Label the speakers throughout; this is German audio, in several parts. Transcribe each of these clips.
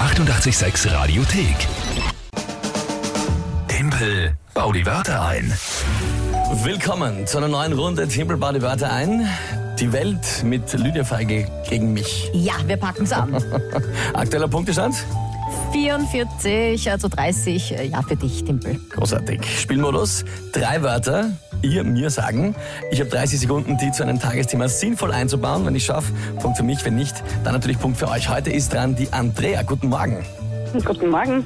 Speaker 1: 886 Radiothek. Tempel, bau die Wörter ein.
Speaker 2: Willkommen zu einer neuen Runde Tempel bau die Wörter ein. Die Welt mit Lydia Feige gegen mich.
Speaker 3: Ja, wir packen's an.
Speaker 2: Aktueller Punktestand?
Speaker 3: 44, also 30, äh, ja, für dich, Timpel.
Speaker 2: Großartig. Spielmodus. Drei Wörter ihr mir sagen. Ich habe 30 Sekunden, die zu einem Tagesthema sinnvoll einzubauen. Wenn ich schaffe, Punkt für mich. Wenn nicht, dann natürlich Punkt für euch. Heute ist dran die Andrea. Guten Morgen.
Speaker 4: Guten Morgen.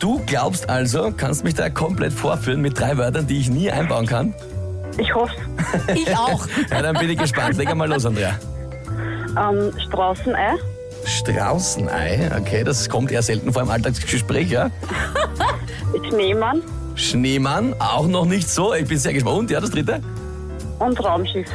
Speaker 2: Du glaubst also, kannst mich da komplett vorführen mit drei Wörtern, die ich nie einbauen kann?
Speaker 4: Ich hoffe,
Speaker 3: Ich auch.
Speaker 2: Ja, dann bin ich gespannt. Leg mal los, Andrea.
Speaker 4: ähm, Straußenei,
Speaker 2: Straußenei, okay, das kommt eher selten vor im Alltagsgespräch, ja?
Speaker 4: Schneemann
Speaker 2: Schneemann, auch noch nicht so. Ich bin sehr gespannt. Und ja, das dritte?
Speaker 4: und Raumschiff.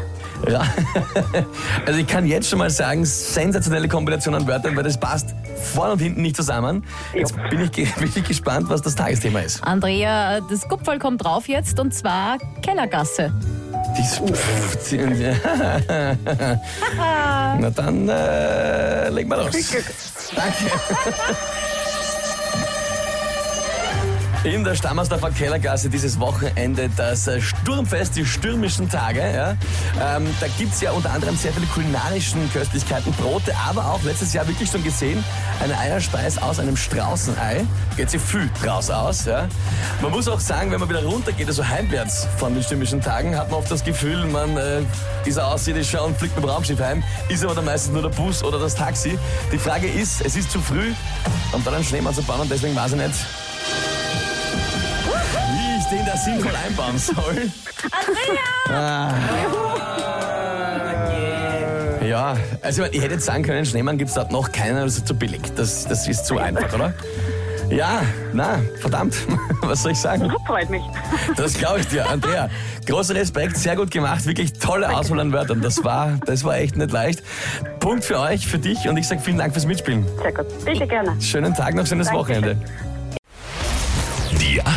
Speaker 2: Ja. Also ich kann jetzt schon mal sagen, sensationelle Kombination an Wörtern, weil das passt vorne und hinten nicht zusammen. Jetzt bin ich, ge- bin ich gespannt, was das Tagesthema ist.
Speaker 3: Andrea, das Kupferl kommt drauf jetzt und zwar Kellergasse.
Speaker 2: Dies, pff, die- Na dann, äh, leg mal los. Danke. In der Stammersdorfer Kellergasse dieses Wochenende das äh, Sturmfest, die stürmischen Tage. Ja. Ähm, da gibt's ja unter anderem sehr viele kulinarischen Köstlichkeiten, Brote, aber auch letztes Jahr wirklich schon gesehen, eine Eierspeis aus einem Straußenei. Geht sie viel draus aus. Ja. Man muss auch sagen, wenn man wieder runtergeht, also heimwärts von den stürmischen Tagen, hat man oft das Gefühl, man äh, ist ein Außerirdischer und fliegt mit dem Raumschiff heim, ist aber dann meistens nur der Bus oder das Taxi. Die Frage ist, es ist zu früh, um dann einen Schneemann zu bauen und deswegen weiß ich nicht, wie ich den da sinnvoll einbauen soll. Andrea! Ja, also ich hätte jetzt sagen können, Schneemann gibt's dort noch keinen, aber das ist zu billig. Das, das ist zu einfach, oder? Ja, na, verdammt, was soll ich sagen?
Speaker 4: Freut mich.
Speaker 2: Das glaube ich dir, Andrea. Großen Respekt, sehr gut gemacht, wirklich tolle Auswahl an Wörtern. Das war, das war echt nicht leicht. Punkt für euch, für dich und ich sage vielen Dank fürs Mitspielen.
Speaker 4: Sehr gut. Bitte gerne.
Speaker 2: Schönen Tag noch, schönes
Speaker 4: Dankeschön.
Speaker 2: Wochenende.
Speaker 1: Die